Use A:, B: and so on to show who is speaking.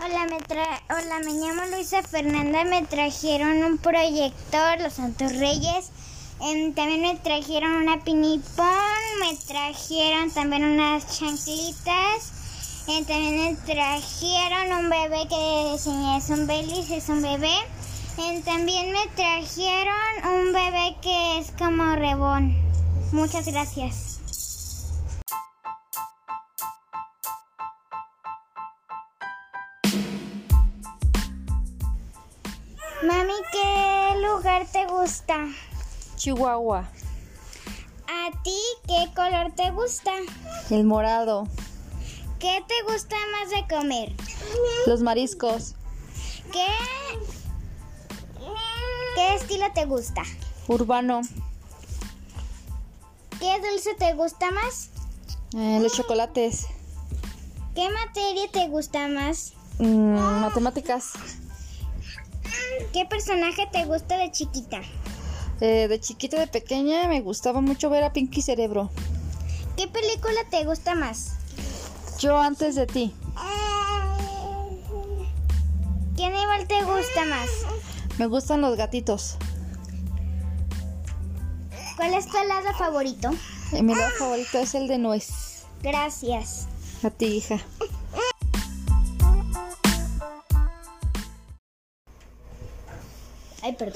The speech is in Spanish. A: Hola, me tra- Hola, me llamo Luisa Fernanda. Me trajeron un proyector, los Santos Reyes. Em, también me trajeron una pinipón. Me trajeron también unas chanclitas. em, también me trajeron un bebé que diseñé. Es un Belis, es un bebé. Em, también me trajeron un bebé que es como rebón. Muchas gracias. Mami, ¿qué lugar te gusta?
B: Chihuahua.
A: ¿A ti qué color te gusta?
B: El morado.
A: ¿Qué te gusta más de comer?
B: Los mariscos.
A: ¿Qué, qué estilo te gusta?
B: Urbano.
A: ¿Qué dulce te gusta más?
B: eh, los chocolates.
A: ¿Qué materia te gusta más?
B: mm, matemáticas.
A: ¿Qué personaje te gusta de chiquita?
B: Eh, de chiquita, de pequeña, me gustaba mucho ver a Pinky Cerebro.
A: ¿Qué película te gusta más?
B: Yo antes de ti.
A: ¿Qué animal te gusta más?
B: Me gustan los gatitos.
A: ¿Cuál es tu helado favorito?
B: Eh, mi helado favorito es el de nuez.
A: Gracias.
B: A ti, hija.
A: Ay, perdón.